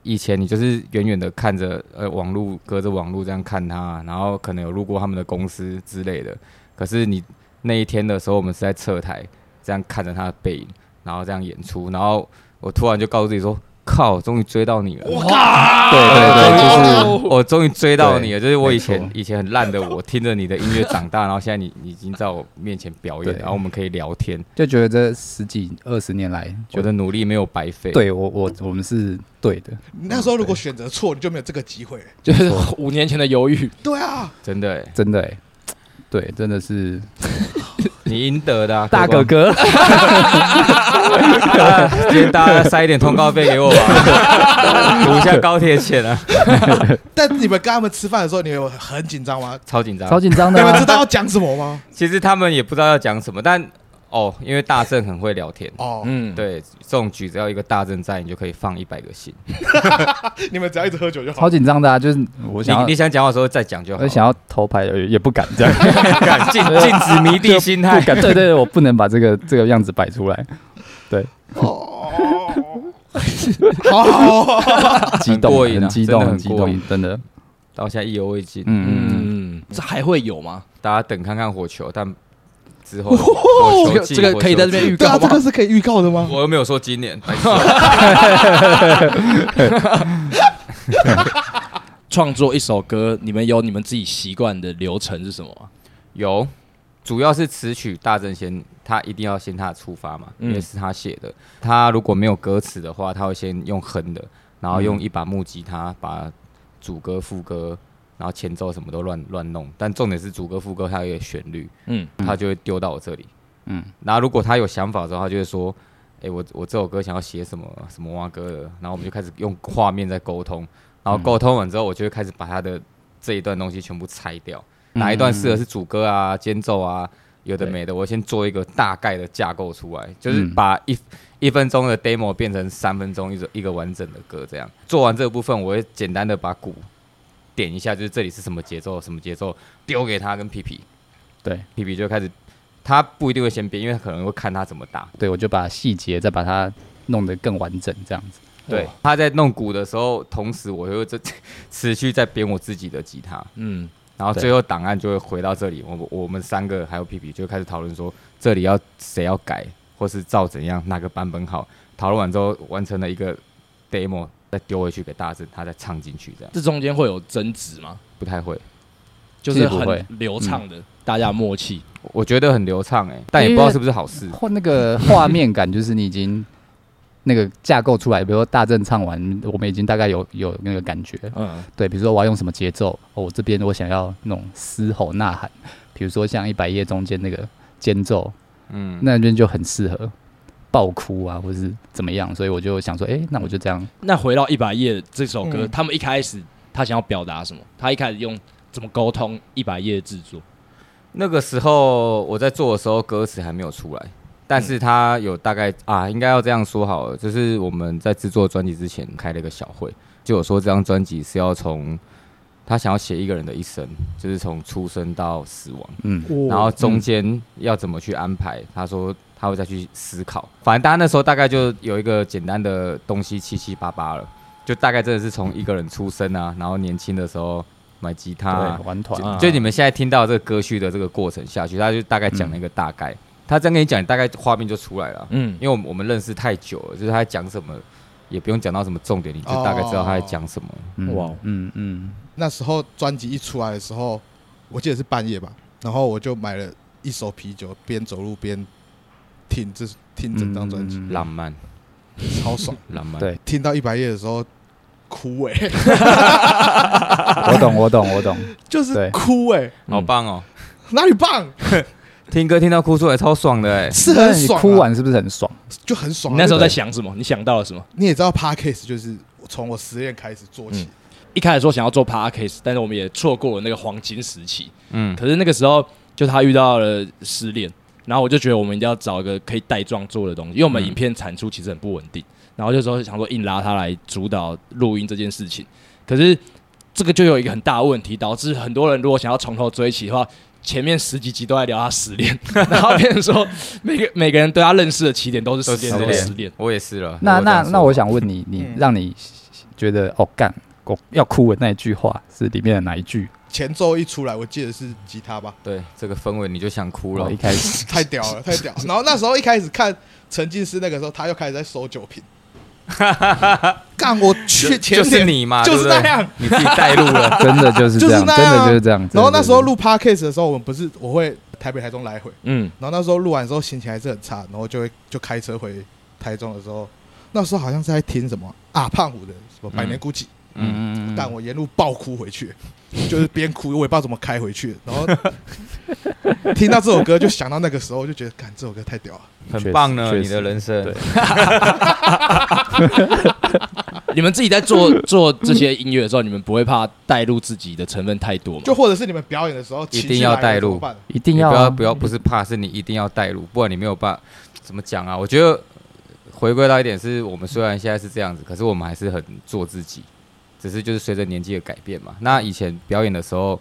以前你就是远远的看着呃网路，隔着网路这样看他，然后可能有路过他们的公司之类的。可是你那一天的时候，我们是在侧台这样看着他的背影，然后这样演出，然后我突然就告诉自己说：“靠，终于追到你了！
对对对，就是
我终于追到你了！”就是我以
没
前
错
以前很烂的我，听着你的音乐长大，然后现在你你已经在我面前表演，
对
然后我们可以聊天。
就觉得这十几二十年来，觉
我
得
的努力没有白费。，
对我我我们是对的，
你那时候如果选择错，你就没有这个机会。
就是五年前的犹豫，
对啊，
真的欸，
真的哎，对，真的是
你赢得的、啊，
大哥
哥
哥，
光。 今天大家塞一点通告费给我吧，补一下高铁钱啊，
但你们跟他们吃饭的时候，你有很紧张 吗？
超紧张。
超紧张
你
的
们知
啊，
道要讲什么吗？
其实他们也不知道要讲什么，但哦，因为大正很会聊天。
哦，
嗯，，
对，这种局只要一个大正在，你就可以放一百个心。
你们只要一直喝酒就好
超。紧张的啊，就是我
你
想
你
要
想讲话的时候再讲就好。
我想要偷拍也也不敢这样，
敢 禁禁止迷弟心
不
态，
敢， 对对对，我不能把这个这个样子摆出来，
哦，好好哦，
激动，
过瘾啊
很激
真
动，
的
很
很
激
过
动
瘾，
真的，
到现在意犹未尽。
嗯嗯嗯，
嗯，这还会有吗？
大家等看看火球，但之后火球季
这个这个可以在这边
火球季
预
对啊，
告
这
吗
个是可以预告的吗？
我又没有说今年，白痴
创作一首歌，你们有你们自己习惯的流程是什么吗？
有，主要是词曲大正先，他一定要先他的出发嘛，
嗯
因为是他写的。他如果没有歌词的话，他会先用哼的，然后
嗯
用一把木吉他把主歌、副歌，然后前奏什么都乱乱弄。但重点是主歌、副歌它有一个旋律，
嗯，
他就会丢到我这里。
嗯，
然后如果他有想法的时候，他就会说：“哎、我我这首歌想要写什么什么蛙歌的。”然后我们就开始用画面在沟通，
嗯
然后沟通完之后，我就会开始把他的这一段东西全部拆掉，哪一段适合是主歌啊、间奏啊，有的
嗯对
没的，我先做一个大概的架构出来，就是
嗯
把一、一分钟的 demo 变成三分钟一首一个完整的歌这样。做完这个部分，我会简单的把鼓点一下，就是这里是什么节奏，什么节奏丢给他跟皮皮，
对
皮皮就开始，他不一定会先编，因为他可能会看他怎么打。
对，我就把细节再把它弄得更完整，这样子。
对，他在弄鼓的时候，同时我又这 持续在编我自己的吉他，
嗯，
然后
对
最后档案就会回到这里，我们我们三个还有皮皮就开始讨论说这里要谁要改，或是照怎样哪个版本好。讨论完之后，完成了一个 demo，再丢回去给大志，他再唱进去，这样
这中间会有争执吗？
不太会，
就是
其实不会
很流畅的，大家默契。
我觉得很流畅哎、但也不知道是不是好事。
或那个画面感，就是你已经那个架构出来，比如说大正唱完，我们已经大概有有那个感觉。
嗯，
对，比如说我要用什么节奏，哦，我这边我想要那种嘶吼呐喊，比如说像《一百页》中间那个间奏，
嗯，
那边就很适合爆哭啊，或是怎么样，所以我就想说，哎、那我就这样。
那回到一百页这首歌，
嗯
他们一开始他想要表达什么？他一开始用怎么沟通一百页的制作？
那个时候我在做的时候，歌词还没有出来，但是他有大概啊，应该要这样说好了，就是我们在制作专辑之前开了一个小会，就有说这张专辑是要从他想要写一个人的一生，就是从出生到死亡，
嗯，
然后中间要怎么去安排，他说他会再去思考。反正大家那时候大概就有一个简单的东西七七八八了，就大概真的是从一个人出生啊，然后年轻的时候买吉他、啊
对，，玩团、
啊
就就你们现在听到这个歌序的这个过程下去，他就大概讲了一个大概，他这样跟你讲，大概画面就出来了。
嗯
因，为我们我们认识太久了，就是他在讲什么，也不用讲到什么重点，你就大概知道他在讲什么。
嗯
哇
嗯嗯，
那时候专辑一出来的时候，我记得是半夜吧，然后我就买了一手啤酒，边走路边听这听整张专辑，
嗯
浪漫，
超爽。
浪漫。
对
听到一百页的时候，哭哎、
我懂，我懂，我懂。
就是
对
哭哎、
好棒哦！
哪里棒？
听歌听到哭出来，超爽的哎。
是
但
很
你
爽啊、
哭完是不是很爽？
就很爽
你
啊、
欸那时候
对
在想什么？你想到了什么？
你也知道 p a r k a s 就是从我失恋开始做
嗯
起，
一开始说想要做 podcast，但是我们也错过了那个黄金时期。
嗯，
可是那个时候，就他遇到了失恋，然后我就觉得我们一定要找一个可以带状做的东西，因为我们
嗯
影片产出其实很不稳定，然后就说想说硬拉他来主导录音这件事情。可是这个就有一个很大的问题，导致很多人如果想要从头追起的话，前面十几集都在聊他失恋， 然后变成说每个每个人对他认识的起点都是失恋，都
都是
是
失
失恋。
我也是了。
那
如果这
那
样说
那我想问你，你
嗯
让你觉得哦干，我要哭的那一句话是里面的哪一句？
前奏一出来，我记得是吉他吧，
对这个氛围你就想哭了
我一。开 始
太屌了，太屌了。然后那时候一开始看沉浸式那个时候，他又开始在收酒 瓶，干我
就
去前
就是
天
你嘛，
就是
对不对
那样，
你自己带路了。
真的就是这样，
就是那
真
样啊
的就是这样。
然后
真的
那时候，录 p a r k a s 的时候，我们不是我会台北台中来回，
嗯，
然后那时候录完之后心情还是很差，然后就会就开车回台中的时候，那时候好像是在听什么啊胖虎的什么百年孤寂，
嗯，
嗯
但我沿路爆哭回去，就是边哭，我也不知道怎么开回去。然后 听到这首歌，就想到那个时候，就觉得，干这首歌太屌了。
很棒呢，
确实
你的人生
对。
你们自己在做做这些音乐的时候，你们不会怕带入自己的成分太多吗？
就或者是你们表演的时候，
一
情
定
绪
要
来了
带入
怎么办
一定
你
要
不
啊
要不要，不是怕，是你一定要带入，不然你没有办法怎么讲啊？我觉得回归到一点是，我们虽然现在是这样子，可是我们还是很做自己，只是就是随着年纪的改变嘛。那以前表演的时候，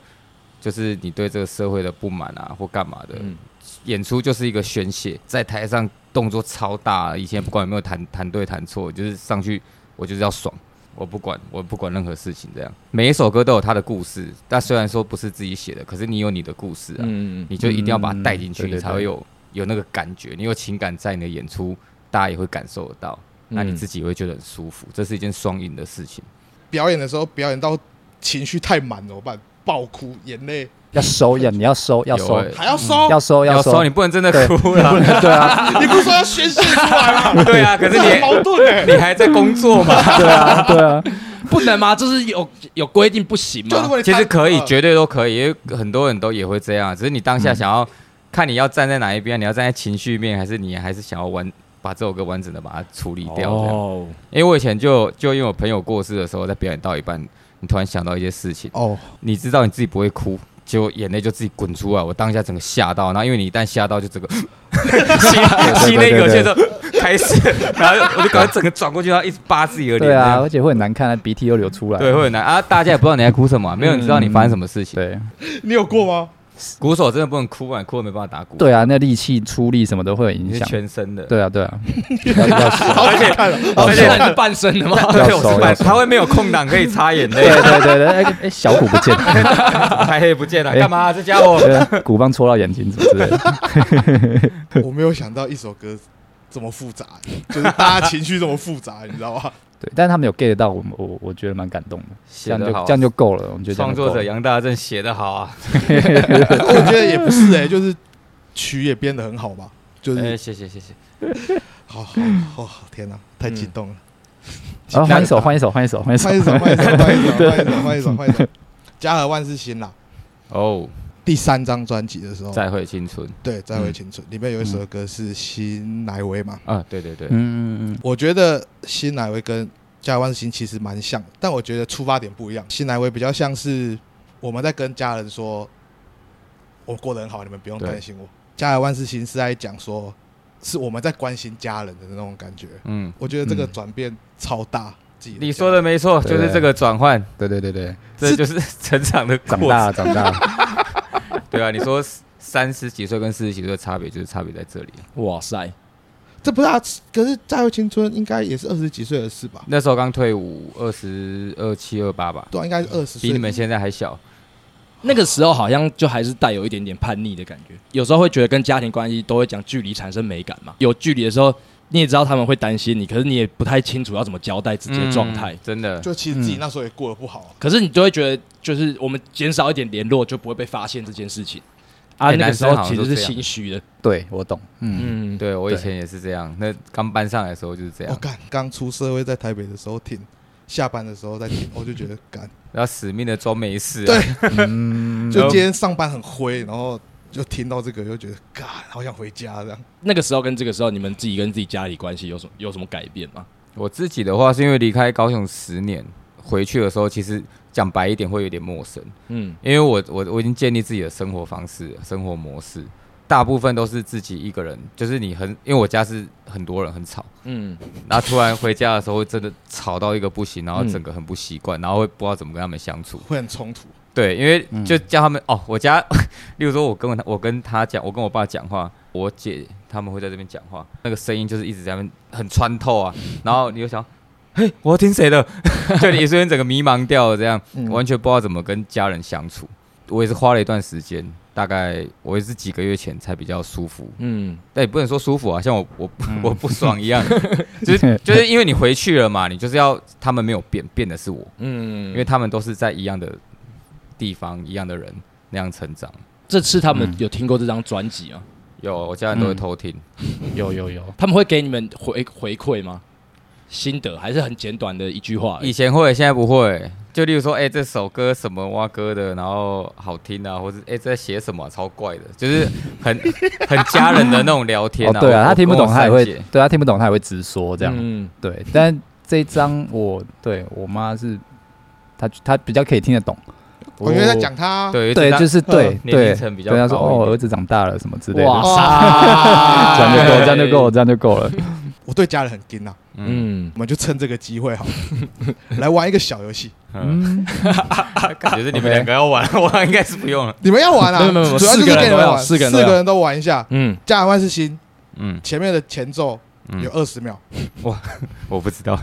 就是你对这个社会的不满啊，或干嘛的，
嗯
演出就是一个宣泄，在台上动作超大，啊以前不管有没有弹弹对弹错，就是上去我就是要爽。我不管，我不管任何事情，这样每一首歌都有它的故事。但虽然说不是自己写的，可是你有你的故事啊。
嗯，嗯
你就一定要把它带进
嗯
去，
对对
你才会有有那个感觉，你有情感在你的演出，大家也会感受得到，
嗯
那你自己也会觉得很舒服，这是一件双赢的事情。
表演的时候，表演到情绪太满怎么办？爆哭，眼泪
要收要你要收要
有
收
欸
还要收。
要收
要
收
收，你，不能真的哭了，
对啊，
你不是说要宣泄出来吗？
对 啊， 可是
这很
你
矛盾哎。
你还在工作嘛？
对啊，对啊，
不能吗？就是有有规定不行
就如
吗？
果你
其实
看
可以，
呃
绝对都可以，因为很多人都也会这样，啊只是你
嗯
当下想要看你要站在哪一边，你要站在情绪面，还是你还是想要完把这首歌完整的把它处理掉这样？
哦，
因为我以前就就因为我朋友过世的时候，在表演到一半，你突然想到一些事情，
哦，
你知道你自己不会哭，结果眼泪就自己滚出来，我当下整个吓到，然后因为你一旦吓到就整个 吸吸那个就开始，然后我就赶快整个转过去，然后一直扒自己的脸，
对啊，而且会很难看，鼻涕又流出来。
对，会很难啊！大家也不知道你在哭什么啊、没有人知道
嗯
你发生什么事情。
对
你有过吗？
鼓手真的不能哭啊，哭了没办法打鼓。，
对啊，那力气、出力什么都会有影
你是
响。
全身的。
对啊，对啊，要要
而且看了，
哦
而且是半身 的嘛，
对，
要
我
熟
是
要
白，
熟
他会没有空档可以擦眼
对
泪，
对对对，哎、 哎小虎不见了，
还黑不见了，
哎
干嘛？这家伙
对鼓棒戳到眼睛之类的。
我没有想到一首歌这么复杂，就是大家情绪这么复杂，你知道 吗？
对，但是他们有 get 到我，我我觉得蛮感动的，这
写
样就
得好啊，
这样就够了，我们觉得这样
创
就
作
够
者
了
杨大正写的好啊，
我觉得也不是哎、就是曲也编得很好吧，就是、
哎，谢谢谢谢。
好好好好，天哪、太激动了！
嗯哦
啊，换一首，换一首，换一首，换一首
换一。首，换一首，换一首，换一首，换一首，换一首，《家和万事兴》啦，
哦，
第三张专辑的时候，
再会青春
对《再回青春》里面有一首歌是新乃威嘛，
啊，对对对，
嗯嗯嗯
我觉得新乃威跟《家和万事兴》其实蛮像，但我觉得出发点不一样。新乃威比较像是我们在跟家人说，我过得很好，你们不用
对
担心我。《家和万事兴》是在讲说，是我们在关心家人的那种感觉。
嗯，
我觉得这个
嗯
转变超大。自己
你说的没错，
对
就是这个转换，
对对对对，
这就是 成长的
长
过
大
程。
了，长 大了。
对啊，你说三十几岁跟四十几岁的差别，就是差别在这里。
哇塞，
这不是啊？可是《再会青春》应该也是二十几岁的事吧？
那时候刚退伍，二十二七二八吧，
对啊，应该
嗯
是二十岁。
比你们现在还小。
那个时候好像就还是带有一点点叛逆的感觉，有时候会觉得跟家庭关系都会讲距离产生美感嘛。有距离的时候，你也知道他们会担心你，可是你也不太清楚要怎么交代自己的状态。
嗯真的，
就其实自己那时候也过得不好啊、
可是你就会觉得，就是我们减少一点联络，就不会被发现这件事情。啊，那
哎
个
男
时
生
候
好
其
像
实
都
是
这样
心虚的，
对，我懂。嗯，
嗯，
对我以
对
前也是这样。那刚搬上来的时候就是这
我哦
样，
干，刚出社会在台北的时候挺，下班的时候 在挺，我就觉得干，
然后死命的装没事、啊。
对，
嗯，
就今天上班很灰，然后就听到这个，就觉得干，好想回家这样。
那个时候跟这个时候，你们自己跟自己家里关系有什么有什么改变吗？
我自己的话是因为离开高雄十年，回去的时候其实讲白一点会有点陌生，
嗯，
因为我我我已经建立自己的生活方式、生活模式，大部分都是自己一个人，就是你很因为我家是很多人很吵，
嗯，
然后突然回家的时候真的吵到一个不行，然后
嗯
整个很不习惯，然后会不知道怎么跟他们相处。
会很冲突，
对，因为就叫他们、哦，我家，例如说我跟我我跟他讲，我跟我爸讲话，我姐他们会在这边讲话，那个声音就是一直在那边很穿透啊，然后你就想，嘿，我要听谁的？ 就你瞬间整个迷茫掉了，这样、完全不知道怎么跟家人相处。我也是花了一段时间，大概我也是几个月前才比较舒服，
嗯，
但也不能说舒服啊，像我我、 我不爽一样，就是就是因为你回去了嘛，你就是要他们没有变，变的是我。
嗯，
因为他们都是在一样的地方、一样的人那样成长。
这次他们有听过这张专辑啊，
有，我家人都会偷听，
有有有，
他们会给你们回回馈吗？心得还是很简短的一句
嗯
话而已，
以前会，现在不会。就例如说，哎、这首歌什么蛙哥的，然后好听啊，或者哎、这在写什么啊、超怪的，就是很 很家人的那种聊天
哦
啊。
对
我
啊，他听不懂他也会，
我跟我三姐
对他听不懂他也会直说这样。
嗯，
对，但这一张我对我妈是，她她比较可以听得懂。
哦
我觉得哦在讲他，
对
对，就是是对
嗯年龄
对，
层比较
对她说
高一
哦，
点
儿子长大了什么之类的，
哇 塞，
这样就够，这样就够，这样就够了。
我对家人很紧啊，
嗯，
嗯，
我们就趁这个机会好了， 来玩一个小游戏。
嗯，
感觉是你
OK
们两个要玩， 我应该是不用了。
你们要玩啊？
没有没有没有
主要就
四
是
个人
给你们
都要
玩，
四
四
个人都要
人都玩一下。
嗯，
家和万事兴
嗯，
前面的前奏
嗯
有二十秒，
我不知 道，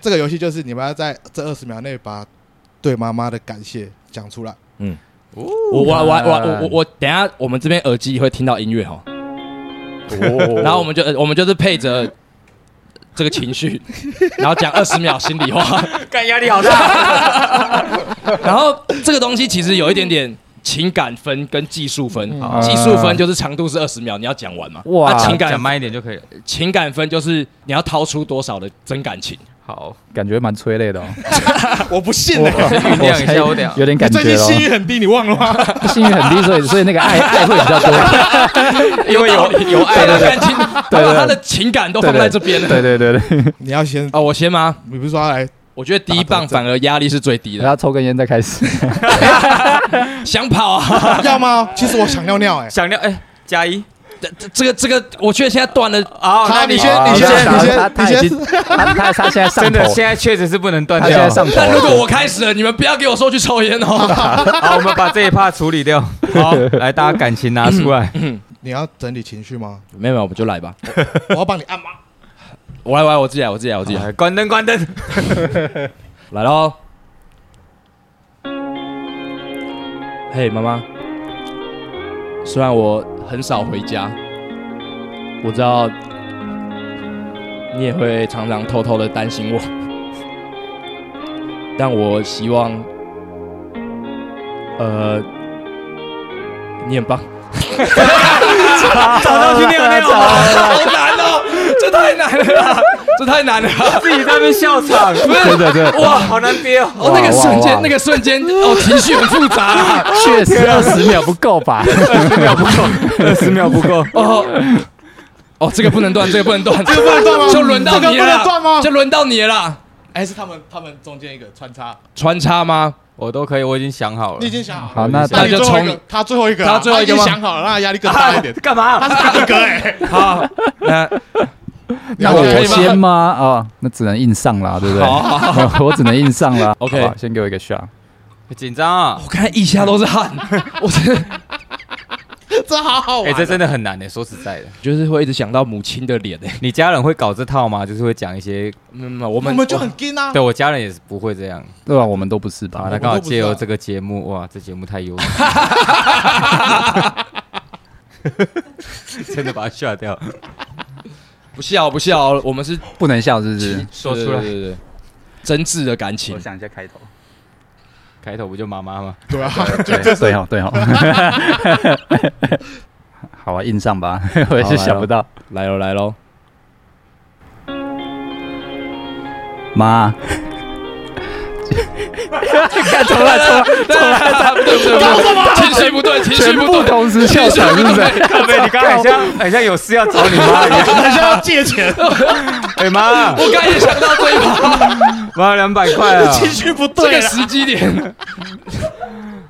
这个游戏就是你们要在这二十秒内把对妈妈的感谢讲出来。
我我我我我我我等一下我们这边耳机会听到音乐哈，
哦
然后我们就呃我们就是配着这个情 绪，然后讲二十秒心里话，
干压力好大。
然后这个东西其实有一点点情感分跟技术分，
嗯
技术分就是长度是二十秒，你要讲完嘛，
哇
啊情感
讲慢一点就可以了。
情感分就是你要掏出多少的真感情，
好，
感觉蛮催泪的哦。
我不信呢、欸，
酝酿一下，我等一下
有点感
最近
觉
信
哦，
誉很低，你忘了吗？
幸运很低，所以所以那 个爱爱会比较多。
因为有有爱
的
的
感情，还有他的情感都放在这边了。
对对对对，
你要先，
哦，我先吗？
你不是说要来
我觉得第一棒反而压力是最低
等
的，
他抽根烟再开始。
想跑啊！
要吗？其实我想尿尿哎、
想尿哎，加一
这这这个这个，我觉得现在断了
啊
好，你先，
好
你
他
先，你
他
先，
他已
你
经
先。
他他他现在上
真
头
的，，现在确实是不能断
他现
掉
在。上头
但如果我
了。
开始了，你们不要给我说去抽烟哦。
好，我们把这一趴处理掉。 好，嗯来，大家感情拿出来。
你要整理情绪吗？
没有没有，我们就来吧。
我要帮你按摩。
我来，我来，我自己来，我自己来，我自己来，
哎关灯，关灯。
来喽。嘿，妈妈，虽然我很少回家，我知道你也会常常偷偷的担心我， 但我希望，呃，你很棒。
早上去尿尿啊，
好难哦，这太难了啦，这太难了啊啦。
自己在那边笑场，
真的真的，
哇，好难憋哦。
哦，那个
哇
瞬
哇
间，那个瞬间，哦，情绪很复杂啊啦。
确实二十秒不够吧？
二十秒不够，
哦，哦，这个不能断，这个不能断，这个
不能断吗
就轮到
这个
你
不
了
能断
啦，
吗
就轮到你了啦。
还是他们他们中间一个穿插？
穿插吗？
我都可以，我已经想好
你
了
已。经想好了？
好，那
那
那
他
你
就
最后
从
一个，他最后一个啊，
他最后一个
已经
吗
想好了，让他压力更大一 点。
干嘛
他
啊？
是大哥哎，
好，那
那
你要
我
先吗
先吗？哦，那只能硬上了，对不对？
好好
我只能硬上了。
OK
好吧先给我一个 shot。
紧张啊！
我看一下都是汗，我真的
这好好玩。
哎，
啊
这真的很难的。说实在的，
就是会一直想到母亲的脸诶。
你家人会搞这套吗？就是会讲一些，
嗯，我
我
们
们就很硬啊
对。我家人也是不会这样。
对吧？我们都不是
啊，
吧
那？
我
刚好
都不
借
知
由
道
这个节目，哇，这节目太 优质，真的把它吓掉。
不笑不笑，我们是
不能笑，是不是？
说出
对
来
对对对真挚的感情。
想一下开头。
开头不就妈妈吗？
对啊，
对对哦对 哦。好啊，硬上吧， 我也是想不到。
啊来哦喽来喽，
妈，干重来重来重来，
情绪不对，情绪
全
不
部
对，
同时笑场，是不是？
靠背，你刚才好像好像有事要找你妈一 样。
等一下要借钱，
哎妈，
我刚才也想到这一把，
妈两百块 啊！
情绪不
这
对
个
了。
时机点，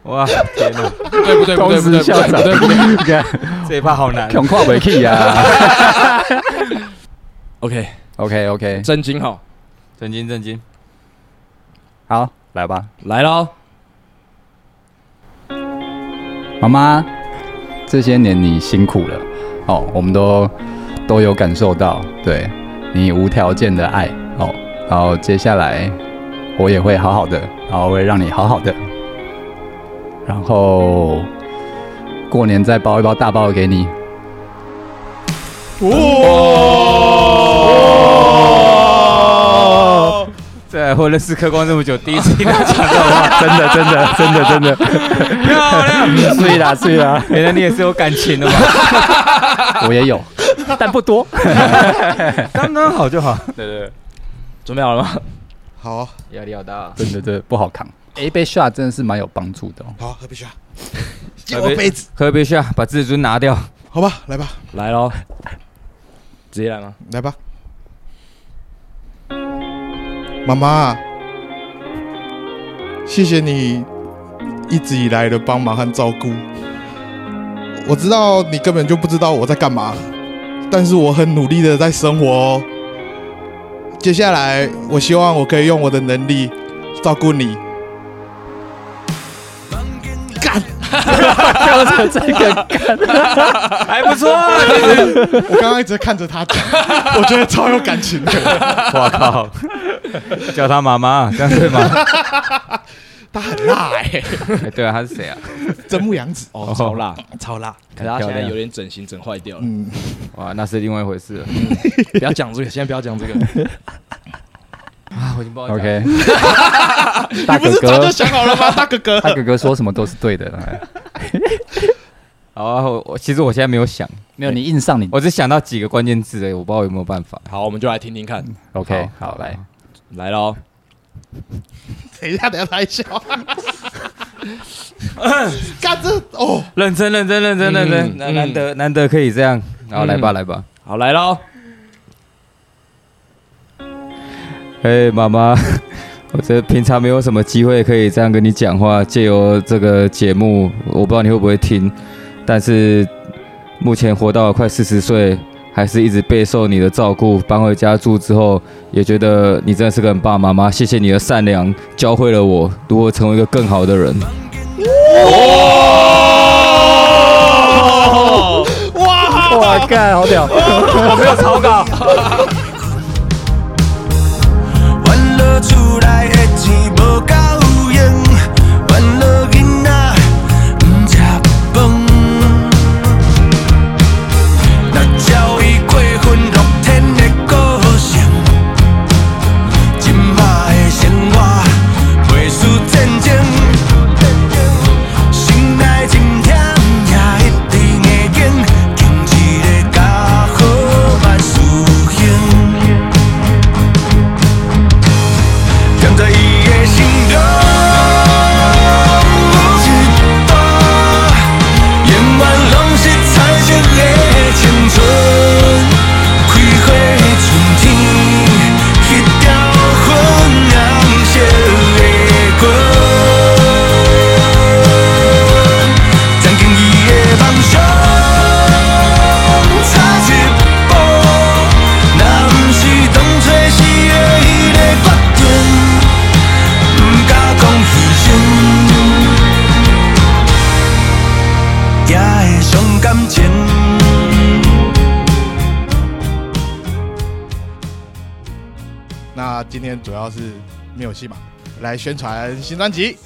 哇，天哪，
不对不对不
同
对不
时
对
笑
不
场
对不对。，
这一趴好 难。
穷跨尾 key 啊。
OK，
OK OK，
真经好，
震惊震惊！
好，来吧，
来喽，
妈妈，这些年你辛苦了哦，我们都都有感受到，对你无条件的爱哦，然后接下来我也会好好的，然后会让你好好的，然后过年再包一包大包给你，
哇！
在我认识科光这么久，第一次听到 讲这种话，
真的真的 真的真的，
漂亮！
碎啦碎 啦，
原来你也是有感情 的嘛，
我也有，但不多，
刚刚好就好。
准备好了吗？
好啊
压力好大啊，
真的真的不好扛。A 杯 shot 真的是蛮有帮助的、哦，
好啊，喝杯水啊，借我杯子，
喝一杯下，把自尊 拿掉。
好吧，来吧，
来喽，直接来吗？
来吧。妈妈，谢谢你一直以来的帮忙和照顾。我知道你根本就不知道我在干嘛，但是我很努力的在生活哦。接下来，我希望我可以用我的能力照顾你。
还不错啊，
我刚刚一直看着他讲， 我觉得超有感情的。
我靠， 叫他妈妈，这样 对吗？
他很辣哎、
哎对啊，他是谁啊？
真木阳子
哦，超辣，
超辣。
可是他
漂
现
亮
在有点整形整坏掉了。
嗯，
哇，那是另外一回事了
不要讲这个，现在不要讲这个。
啊！我已经不知道
OK，大
不
哥
是早
哥
就，想好了吗，大哥哥？
大哥哥说什么都是对的。哎
好啊，我我其实我现在没有想，
没有你硬上你
我只想到几个关键字而已，我不知道有没有办法。
好，我们就来听听看。
OK 好来，
来喽，
等一下，等一下，他一笑。 干这哦，
认真，认真，认真，认真，
嗯
难
嗯
难得难得可以这样，然后来吧，
嗯
来吧。
好来喽，
嘿，妈妈， 我这平常没有什么机会可以这样跟你讲话，借由这个节目，我不知道你会不会听，但是目前活到快四十岁，还是一直备受你的照顾。搬回家住之后，也觉得你真的是个很爸妈妈，谢谢你的善良，教会了我如何成为一个更好的人。
哇，干，好屌！
我没有草 稿。
烦恼厝内的钱无够用，烦恼囡仔不食饭。若照伊过分乐天的个性，即摆的生活袂输战争。心内真痛，也一直硬扛，扛一个家好万事兴。站在伊的心中，一道永远拢是彩色的青春，开花春天，那条粉红色的裙，曾经伊的梦想。差一步，若不是当初时的迄个决定，不敢讲牺牲，才会伤感情。
那今天主要是没有戏嘛，来宣传新专辑，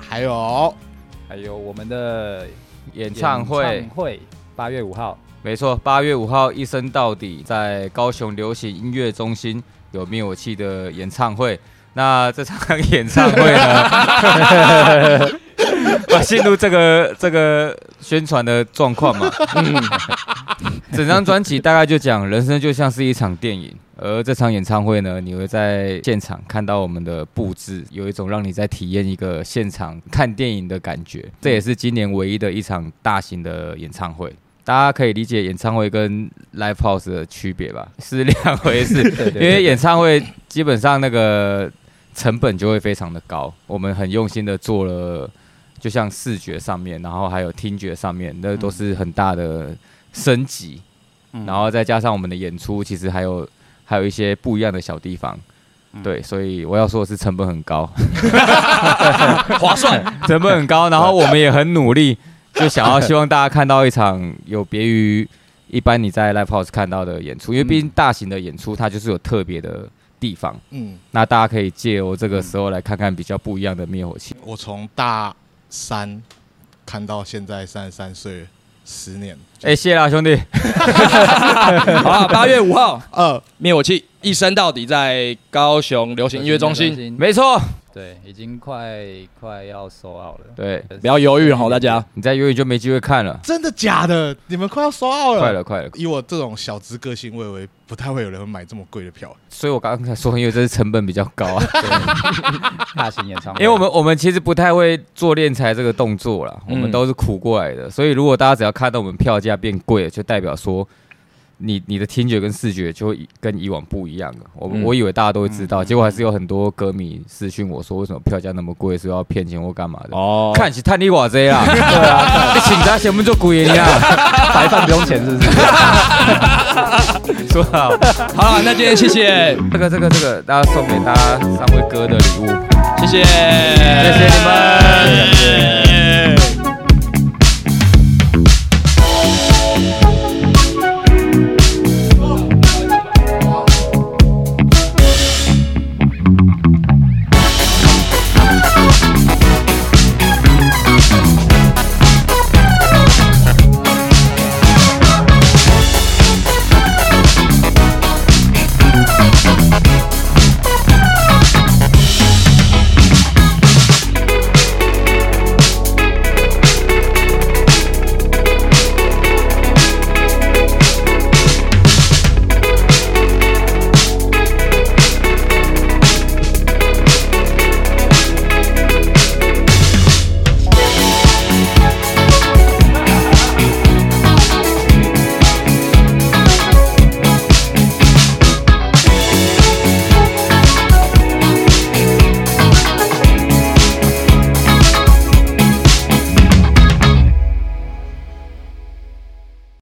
还有
还有我们的
演唱会，
会八月五号，
没错，八月五号一生到底在高雄流行音乐中心有灭火器的演唱会。那这场 演唱会呢， 我啊进入这个这个宣传的状况嘛，嗯，整张专辑大概就讲人生就像是一场电影，而这场演唱会呢，你会在现场看到我们的布置，有一种让你在体验一个现场看电影的感觉。这也是今年唯一的一场大型的演唱会。大家可以理解演唱会跟 live house 的区别吧，是两回事。因为演唱会基本上那个成本就会非常的高，我们很用心的做了，就像视觉上面，然后还有听觉上面，那都是很大的升级。
嗯
然后再加上我们的演出，其实还有还有一些不一样的小地方。对，所以我要说的是成本很高，
划算，
成本很高，然后我们也很努力，就想要希望大家看到一场有别于一般你在 live house 看到的演出，因为毕竟大型的演出它就是有特别的地方，
嗯，
那大家可以借由这个时候来看看比较不一样的灭火器。
我从大三看到现在三十三岁，十年。
哎、谢啦兄弟，
好啊，八月五号
二
灭火器一生到底在高雄流行音乐中心，
嗯
没错，
对，已经快快要收好了。
对，啊
不要犹豫哦，大家。
你在游泳就没机会看了，
真的假的？你们快要收澳了！
快了快了，
以我这种小资个性，我以为不太会有人会买这么贵的票。
所以我刚才说，因为这是成本比较高啊。
大型演唱
因
会，
为我们我们其实不太会做练财这个动作啦，
嗯
我们都是苦过来的，所以如果大家只要看到我们票价变贵了，就代表说你你的听觉跟视觉就会以跟以往不一样了。我、
嗯
我以为大家都会知道，结果还是有很多歌迷私讯我说，为什么票价那么贵，是要骗钱或干嘛的？
哦，
看起探你瓦贼 啦，对啊，你 请他前面做鬼呀，
白饭不用钱，是不是？
说好，
好了，那今天谢谢，
这个这个这个，大家送给大家三位哥的礼物。
谢谢，谢
谢你
谢
们
谢。